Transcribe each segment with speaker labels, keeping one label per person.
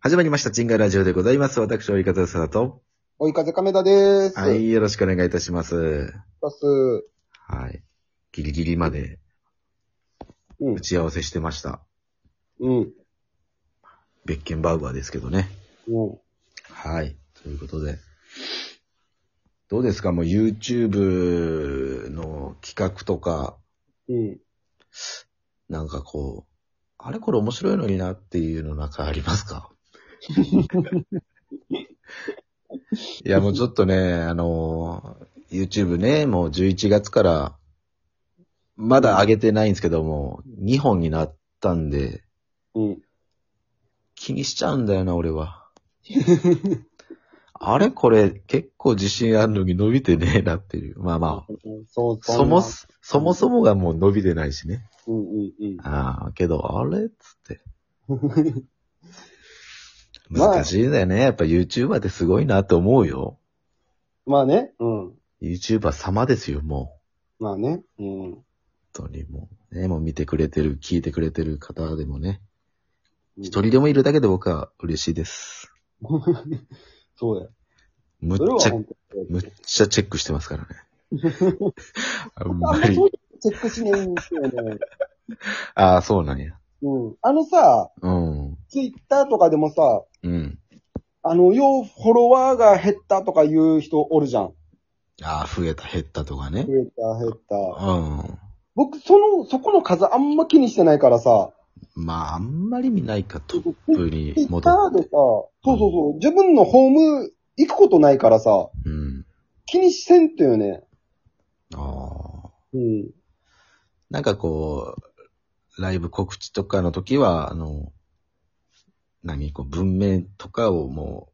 Speaker 1: 始まりました、チンガイラジオでございます。私、追い方さだと。
Speaker 2: 追い風亀田です。
Speaker 1: は
Speaker 2: お願いし
Speaker 1: い、よろしくお願いいたします。
Speaker 2: ます。
Speaker 1: はい。ギリギリまで
Speaker 2: うん
Speaker 1: 打。ち合わせしてました。
Speaker 2: うん。
Speaker 1: ベッケンバウアーですけどね。
Speaker 2: うん。
Speaker 1: はい。ということで。どうですかもう YouTube の企画とか、
Speaker 2: うん。
Speaker 1: なんかこう、あれこれ面白いのになっていうのなんかあります かいや、もうちょっとね、あの、YouTube ね、もう11月から、まだ上げてないんですけども、2本になったんで、
Speaker 2: うん。
Speaker 1: 気にしちゃうんだよな、俺は。あれこれ、結構自信あるのに伸びてねえなっていう。まあまあ、
Speaker 2: そう、
Speaker 1: そも、
Speaker 2: そ
Speaker 1: そもそもがもう伸びてないしね。
Speaker 2: んな。うんうんうん。
Speaker 1: ああ、けど、あれっつっ て。難しいんだよね。やっぱ YouTuber ってすごいなって思うよ。
Speaker 2: まあね。うん。
Speaker 1: YouTuber 様ですよ、も
Speaker 2: まあね。うん。
Speaker 1: う。本当にもう。ね、もう見てくれてる、聞いてくれてる方でもね。
Speaker 2: うん
Speaker 1: 一人でもいるだけで僕は嬉しいです。
Speaker 2: そうだよ。
Speaker 1: むっ
Speaker 2: それは
Speaker 1: ちゃ、
Speaker 2: 本当に。
Speaker 1: むっちゃチェックしてますからね。 あん
Speaker 2: あん
Speaker 1: ま
Speaker 2: ま
Speaker 1: り
Speaker 2: そ。ういうのチェックしないんですよね。
Speaker 1: ああ、そうなんや。
Speaker 2: うん。あのさ、
Speaker 1: うん。
Speaker 2: ツイッターとかでもさ、
Speaker 1: うん。
Speaker 2: あの、よう、フォロワーが減ったとか言う人おるじゃん。
Speaker 1: ああ、増えた、減ったとかね。
Speaker 2: 増えた、減った。
Speaker 1: うん。
Speaker 2: 僕、その、そこの数あんま気にしてないからさ、
Speaker 1: まあ、あんまり見ないか、トップに
Speaker 2: ツイッタ
Speaker 1: 戻っ
Speaker 2: ーでさ、そうそうそう、自分のホーム行くことないからさ、
Speaker 1: うん。
Speaker 2: 気にせんとよね。
Speaker 1: ああ。
Speaker 2: うん。
Speaker 1: なんかこう、ライブ告知とかの時は、あの、何、こう、文面とかをも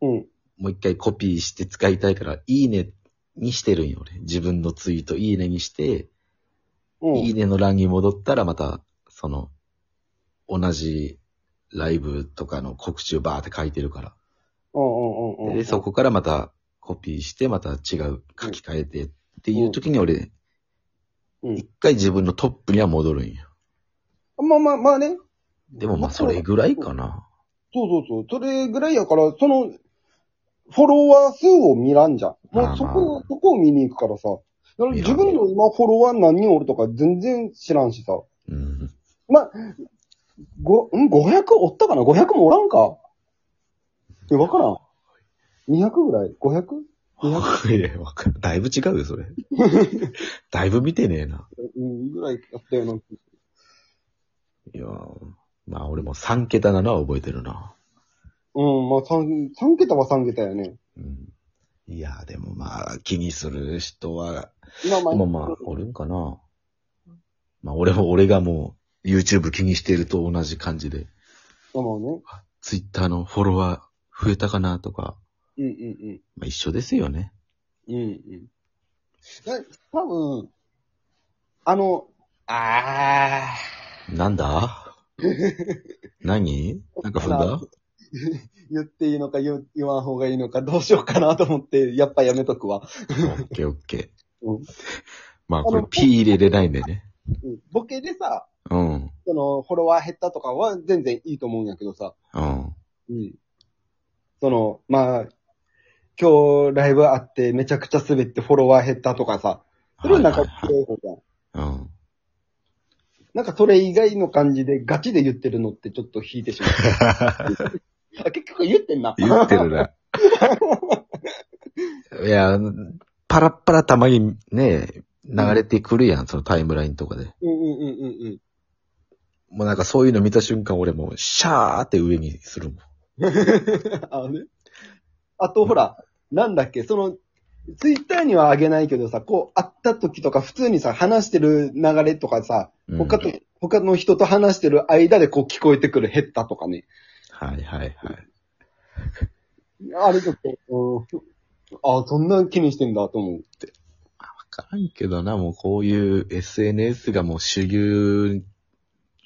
Speaker 2: うん。
Speaker 1: う、もう一回コピーして使いたいから、いいねにしてるんよね。自分のツイート、いいねにして、
Speaker 2: うん。
Speaker 1: いいねの欄に戻ったらまた、その、同じライブとかの告知をバーって書いてるから。
Speaker 2: うんうんうんうん。
Speaker 1: で、そこからまたコピーして、また違う書き換えてっていう時に俺、
Speaker 2: うん
Speaker 1: 一回自分のトップには戻るんよ。
Speaker 2: まあまあまあね。
Speaker 1: でもまあそれぐらいかな。
Speaker 2: そうそうそう。それぐらいやから、その、フォロワー数を見らんじゃん。も
Speaker 1: あー
Speaker 2: うそ
Speaker 1: まあ
Speaker 2: こ、そこを見に行くからさ。だから
Speaker 1: 見らん
Speaker 2: 自分の今フォロワー何人おるとか全然知らんしさ。
Speaker 1: うん。
Speaker 2: ご、ん ?500 おったかな ?500 もおらんかえ、わからん。200ぐらい ?500?
Speaker 1: いや、わかる。だいぶ違うよ、それ。 だいぶ見てねえな。
Speaker 2: うん、ぐらいやったよな。
Speaker 1: いやーまあ俺も3桁なのは覚えてるな。
Speaker 2: うん、まあ3、三桁は3桁やね。
Speaker 1: うん。いやー、でもまあ気にする人は、
Speaker 2: 今ま
Speaker 1: まあまあ、おるんかな。まあ俺も、俺がもう YouTube 気にしてると同じ感じで。
Speaker 2: まあまあね。
Speaker 1: ツイッターのフォロワー増えたかなとか、
Speaker 2: うんうんうん。
Speaker 1: まあ、一緒ですよね。
Speaker 2: うんうん。だ多分、あの、あ
Speaker 1: なん だ何なんか踏んだ
Speaker 2: ー、言っていいのか言言わん方がいいのかどうしようかなと思って、やっぱやめとくわ。
Speaker 1: オッケーオッケ
Speaker 2: う
Speaker 1: ー
Speaker 2: ん。
Speaker 1: まあこれ P 入れれないんでね。
Speaker 2: うんボケでさ、
Speaker 1: うん。
Speaker 2: その、フォロワー減ったとかは全然いいと思うんやけどさ、
Speaker 1: うん。
Speaker 2: うん。その、まあ、今日ライブあってめちゃくちゃ滑ってフォロワー減ったとかさ、それなん
Speaker 1: は
Speaker 2: か
Speaker 1: いはいはい
Speaker 2: 強い方じゃん。
Speaker 1: うん。
Speaker 2: なんかそれ以外の感じでガチで言ってるのってちょっと引いてし まう。あ結局言ってんな。
Speaker 1: 言ってるな。いや、パラッパラたまにね、流れてくるやん、そのタイムラインとかで。
Speaker 2: うんうんうんうんうん。
Speaker 1: もうなんかそういうの見た瞬間俺もうシャーって上にするもん。
Speaker 2: あのね。あと、ほら、なんだっけ、その、ツイッターにはあげないけどさ、こう、会った時とか、普通にさ、話してる流れとかさ、
Speaker 1: うん
Speaker 2: 他と、他の人と話してる間でこう聞こえてくる減ったとかね。
Speaker 1: はいはいはい。
Speaker 2: あれちょっと、うん、あそんな気にしてんだと思う。
Speaker 1: わからんけどな、もうこういう SNS がもう主流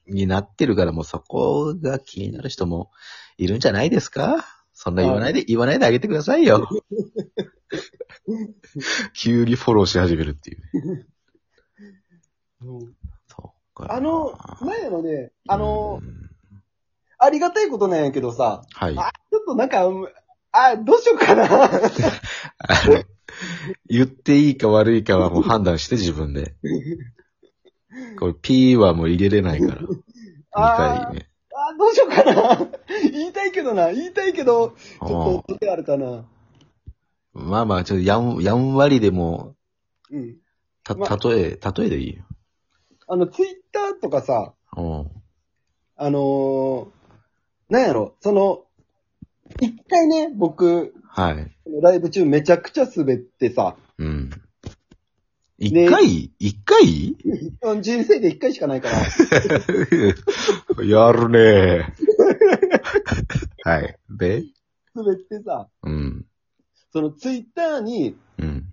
Speaker 1: になってるから、もうそこが気になる人もいるんじゃないですかそんな言わないで、言わないであげてください よ。急にフォローし始めるっていうね。そうかな
Speaker 2: あの、前のね、あの、
Speaker 1: うん
Speaker 2: ありがたいことなんやけどさ、
Speaker 1: はい。
Speaker 2: あちょっとなんか、うんあ、どうしようか な。
Speaker 1: あの、 言っていいか悪いかはもう判断して自分 で。これ P はもう入れれないから。2
Speaker 2: あ
Speaker 1: 回ね。
Speaker 2: あ、どうしようかな。 言いたいけどな、言いたいけど、ちょっと、どうあるかな。
Speaker 1: うんまあまあ、ちょっとやん、やんわりでも、
Speaker 2: うん。
Speaker 1: た、
Speaker 2: まあ
Speaker 1: 例え、例えでいいよ。
Speaker 2: あの、ツイッターとかさ、
Speaker 1: うん
Speaker 2: あのー、なんやろ、その、一回ね、僕、
Speaker 1: はい。
Speaker 2: ライブ中めちゃくちゃ滑ってさ、
Speaker 1: うん。一回一回
Speaker 2: 人生で一回しかな いから、
Speaker 1: やる ねーはい。で
Speaker 2: 滑ってさ、
Speaker 1: うん。
Speaker 2: そのツイッターに、
Speaker 1: うん。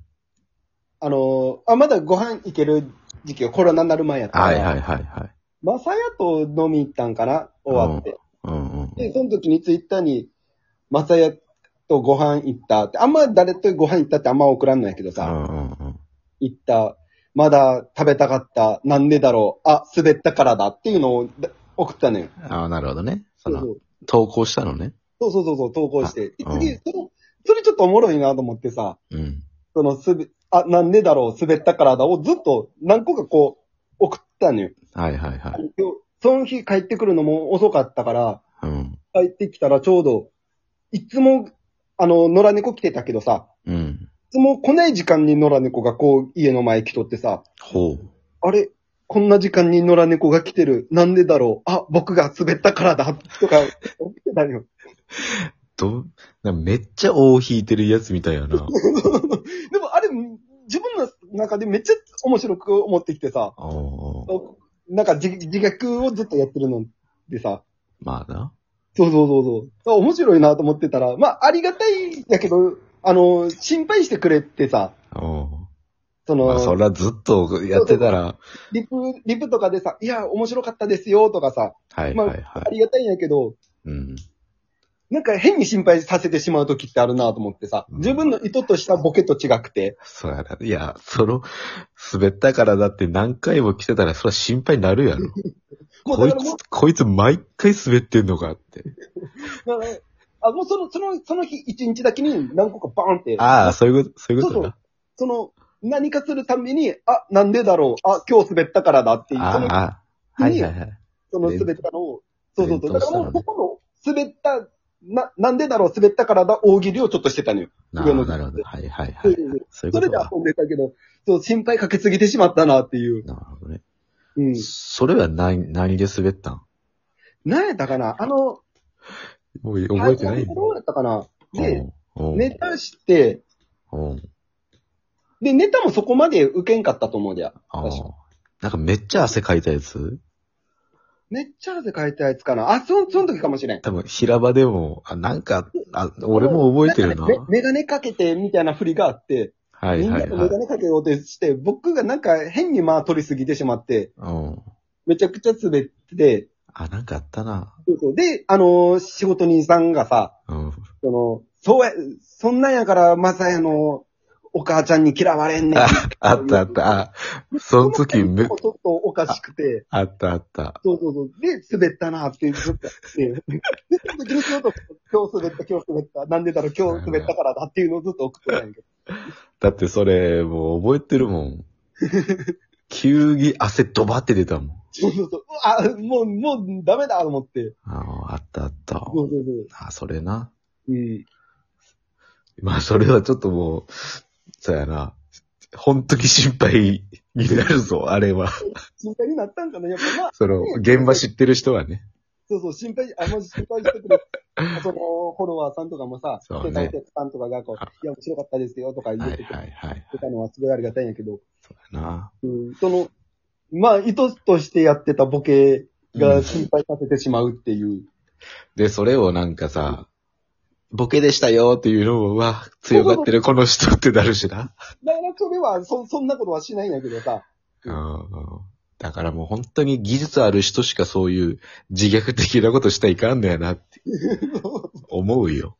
Speaker 2: あのー、あ、まだご飯行ける時期がコロナになる前やったから、
Speaker 1: はいはいはいはい。
Speaker 2: まさやと飲み行ったんかな終わって。
Speaker 1: うんうん。
Speaker 2: で、その時にツイッターに、まさやとご飯行ったって、あんま誰とご飯行ったってあんま送らんのやけど
Speaker 1: う
Speaker 2: さ、
Speaker 1: んうんうん。
Speaker 2: 行った、まだ食べたかった、なんでだろう、あ、滑ったからだっていうのをだ送ったのよ。
Speaker 1: ああ、なるほどね。そ
Speaker 2: そう
Speaker 1: の、投稿したのね。
Speaker 2: そうそうそうそう、投稿して。で
Speaker 1: あうん
Speaker 2: 次、その、それちょっとおもろいなと思ってさ、
Speaker 1: うん。
Speaker 2: その、すべ、あ、なんでだろう、滑ったからだをずっと何個かこう、送ったのよ。
Speaker 1: はいはいはい。
Speaker 2: 今日その日帰ってくるのも遅かったから、
Speaker 1: うん。
Speaker 2: 帰ってきたらちょうど、いつも、あの、野良猫来てたけどさ、
Speaker 1: うん。
Speaker 2: いつも来ない時間に野良猫がこう家の前来とってさ、
Speaker 1: ほう。
Speaker 2: あれこんな時間に野良猫が来てる。なんでだろうあ、僕が滑ったからだ。とか、起きてたよ。
Speaker 1: ど、なんかめっちゃ尾を引いてるやつみたいや な。
Speaker 2: でもあれ、自分の中でめっちゃ面白く思ってきてさ、
Speaker 1: おうおう
Speaker 2: なんか自自虐をずっとやってるのでさ、
Speaker 1: まあな。
Speaker 2: そうそうそうそう。そう面白いなと思ってたら、まあありがたいんやけど、あの、心配してくれてさ、
Speaker 1: お
Speaker 2: そうの、
Speaker 1: まあそらずっとやってたら、
Speaker 2: リプ、リプとかでさ、いや、面白かったですよとかさ、
Speaker 1: はい
Speaker 2: まあ
Speaker 1: はいは
Speaker 2: あ
Speaker 1: い。
Speaker 2: りがたいんやけど、
Speaker 1: うん。
Speaker 2: なんか変に心配させてしまうときってあるなと思ってさ、
Speaker 1: うん
Speaker 2: 自分の意図としたボケと違くて、
Speaker 1: そうやな。いや、その、滑ったからだって何回も来てたら、そら心配になるやろ。
Speaker 2: も
Speaker 1: こ
Speaker 2: うだ
Speaker 1: い
Speaker 2: からもう
Speaker 1: つ、こいつ毎回滑ってんのかって。
Speaker 2: だからあ、もうその、その、その日一日だけに何個かバーンって、
Speaker 1: ああ、そういうこと、そういうこ
Speaker 2: そ
Speaker 1: と
Speaker 2: うそ
Speaker 1: な
Speaker 2: う。その、何かするために、あ、なんでだろう、あ、今日滑ったからだっていう、その、
Speaker 1: ああ、はいはいはい。
Speaker 2: その滑ったのを、そうそうそう。
Speaker 1: 連投
Speaker 2: だか
Speaker 1: した
Speaker 2: ら
Speaker 1: の
Speaker 2: も
Speaker 1: ね
Speaker 2: う、ここの滑った、な、なんでだろう、滑ったからだ、大喜利をちょっとしてたのよ。
Speaker 1: な
Speaker 2: 上の
Speaker 1: るほ
Speaker 2: 段
Speaker 1: ど。はいはいは
Speaker 2: そう
Speaker 1: い
Speaker 2: そうそ
Speaker 1: そう
Speaker 2: う。
Speaker 1: いう
Speaker 2: そ
Speaker 1: こ
Speaker 2: れ
Speaker 1: と
Speaker 2: で
Speaker 1: か。
Speaker 2: 遊んでたけど、そう、心配かけすぎてしまったなっていう。
Speaker 1: なるほどね。
Speaker 2: うん。
Speaker 1: それは何、何で滑ったん
Speaker 2: なんやったかなあの、
Speaker 1: もう覚えてない
Speaker 2: どうやったかなで、
Speaker 1: おうおう
Speaker 2: ネタして、
Speaker 1: おう
Speaker 2: で、ネタもそこまで受けんかったと思うじゃ。
Speaker 1: あ
Speaker 2: 確
Speaker 1: ーなんかめっちゃ汗かいたやつ
Speaker 2: めっちゃ汗かいたやつかな。あ、そん、その時かもしれん。
Speaker 1: 多分平場でも、あ、なんか、あ、俺も覚えてるな。
Speaker 2: んかねめメガネかけてみたいな振りがあって、
Speaker 1: はいは
Speaker 2: み
Speaker 1: い
Speaker 2: んなでメ
Speaker 1: は
Speaker 2: ガ
Speaker 1: い。
Speaker 2: ネかけようとして、僕がなんか変にまあ取りすぎてしまって、
Speaker 1: うん。
Speaker 2: めちゃくちゃ滑って、
Speaker 1: あ、なんかあったな。
Speaker 2: そうそうで、あのー仕事人さんがさ、
Speaker 1: うん。
Speaker 2: その、そうや、そんなんやから、まさやの、お母ちゃんに嫌われんねん。
Speaker 1: あったあった。あ、その時め
Speaker 2: ちょっ、とおかしくて、
Speaker 1: あったあった。
Speaker 2: そうそうそう。で、滑ったなっていうずっとあって。で、その時にちょっと今日滑った、今日滑った。なんでだろう、今日滑ったからだっていうのをずっと送ってたんやけど。
Speaker 1: だってそれ、もう覚えてるもん。急に汗ドバって出たもん。
Speaker 2: そうそうそう。あ、もう、もうダメだと思って。
Speaker 1: ああ、あったあった。
Speaker 2: そうそうそう。
Speaker 1: あ、それな。
Speaker 2: うん。
Speaker 1: まあ、それはちょっともう、そうやな。本当に心配になるぞ、あれは。
Speaker 2: 心配になったんかなやっぱまあ、
Speaker 1: その、現場知ってる人はね。
Speaker 2: そうそう、心配、あの、心配してくれた。その、フォロワーさんとかもさ、
Speaker 1: そう
Speaker 2: で
Speaker 1: ね
Speaker 2: 大お客さんとかがこう、
Speaker 1: あ
Speaker 2: いや、面白かったですよとか言
Speaker 1: は
Speaker 2: っ
Speaker 1: い
Speaker 2: てく
Speaker 1: はいはい。
Speaker 2: れたのはすごいありがたいんやけど、
Speaker 1: そうやな。
Speaker 2: うん、その、まあ、意図としてやってたボケ
Speaker 1: う
Speaker 2: が
Speaker 1: ん
Speaker 2: 心配させてしまうっていう。
Speaker 1: で、それをなんかさ、ボケでしたよっていうのを、うわ、強がってるこの人ってなるしな。
Speaker 2: だからそれは、そ、そんなことはしないんやけどさ。
Speaker 1: う
Speaker 2: うん
Speaker 1: ん。うんだからもう本当に技術ある人しかそういう自虐的なことしたらいかんのやなって思うよ。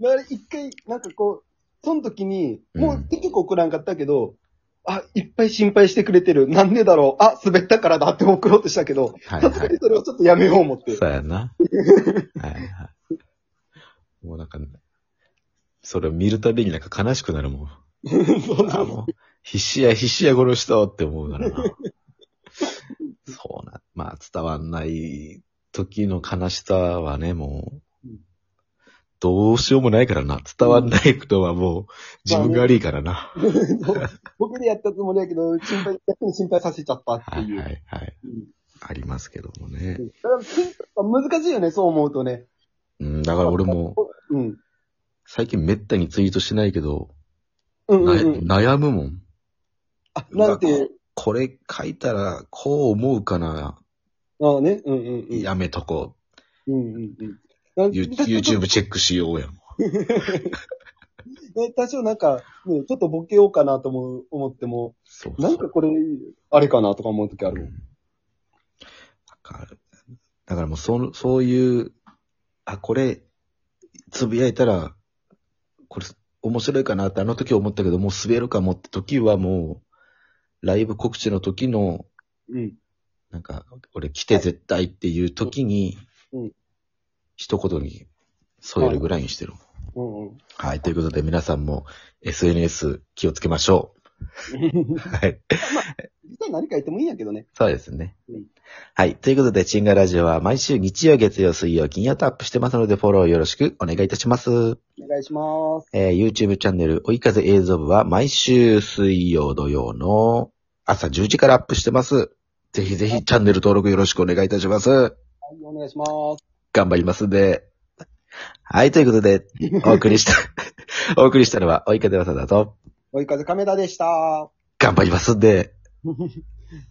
Speaker 2: だから一回、なんかこう、その時に、も
Speaker 1: うん
Speaker 2: う結構送らんかったけど、あ、いっぱい心配してくれてる。なんでだろう。あ、滑ったからだって送ろうとしたけど、
Speaker 1: はい
Speaker 2: さ
Speaker 1: は
Speaker 2: すがにそれをちょっとやめよう思って
Speaker 1: い。。そうやな。はいはい。もうなんか、それを見るたびになんか悲しくなるもん。
Speaker 2: そう
Speaker 1: あ
Speaker 2: そ
Speaker 1: あ、
Speaker 2: う
Speaker 1: もう、必死や必死や殺したって思うから な。そうな、まあ伝わんない時の悲しさはね、もう
Speaker 2: うん、
Speaker 1: どうしようもないからな。伝わんないことはもう、自分が悪いからな。
Speaker 2: 僕でやったつもりやけど、心配、逆に心配させちゃったって
Speaker 1: はい
Speaker 2: いう。
Speaker 1: はいはい。
Speaker 2: うん
Speaker 1: ありますけどもね。
Speaker 2: だから難しいよね、そう思うとね。
Speaker 1: うん、だから俺も、
Speaker 2: うん。
Speaker 1: 最近めったにツイートしてないけど、
Speaker 2: うん
Speaker 1: な
Speaker 2: うんうん。
Speaker 1: 悩むもん。
Speaker 2: あ、なんて、
Speaker 1: これ書いたら、こう思うかな、
Speaker 2: ああね、うんうんうん。
Speaker 1: やめとこ
Speaker 2: うんうんうん。なん
Speaker 1: う。ユ YouTube チェックしようやん。
Speaker 2: ね、多少なんか、ね、ちょっとボケようかなと思う思っても、
Speaker 1: そうそう
Speaker 2: なんかこれ、あれかなとか思うときあ
Speaker 1: う
Speaker 2: る。
Speaker 1: んだから、だからもうその、そういう、あ、これ、つぶやいたら、これ、面白いかなってあの時思ったけど、もう滑るかもって時はもう、ライブ告知の時の、
Speaker 2: うん。
Speaker 1: なんか、俺来て絶対っていう時に、
Speaker 2: うん
Speaker 1: 一言に添えるぐらいにしてる。
Speaker 2: うん うん。
Speaker 1: はい、ということで皆さんも SNS 気をつけましょ
Speaker 2: 実
Speaker 1: う。はい。
Speaker 2: 際何か言ってもいいんやけどね。
Speaker 1: そうですね
Speaker 2: うん。
Speaker 1: はい。ということで、チンガラジオは毎週日曜、月曜、水曜、金曜とアップしてますので、フォローよろしくお願いいたします。
Speaker 2: お願いします。
Speaker 1: えー YouTube チャンネル、追い風映像部は毎週水曜、土曜の朝10時からアップしてます。ぜひぜひチャンネル登録よろしくお願いいたします。
Speaker 2: はい、お願いします。
Speaker 1: 頑張りますんで。はい。ということ で、お送りした、 お送りしたのは、追い風わさだと、
Speaker 2: 追い風亀田でした。
Speaker 1: 頑張りますんで。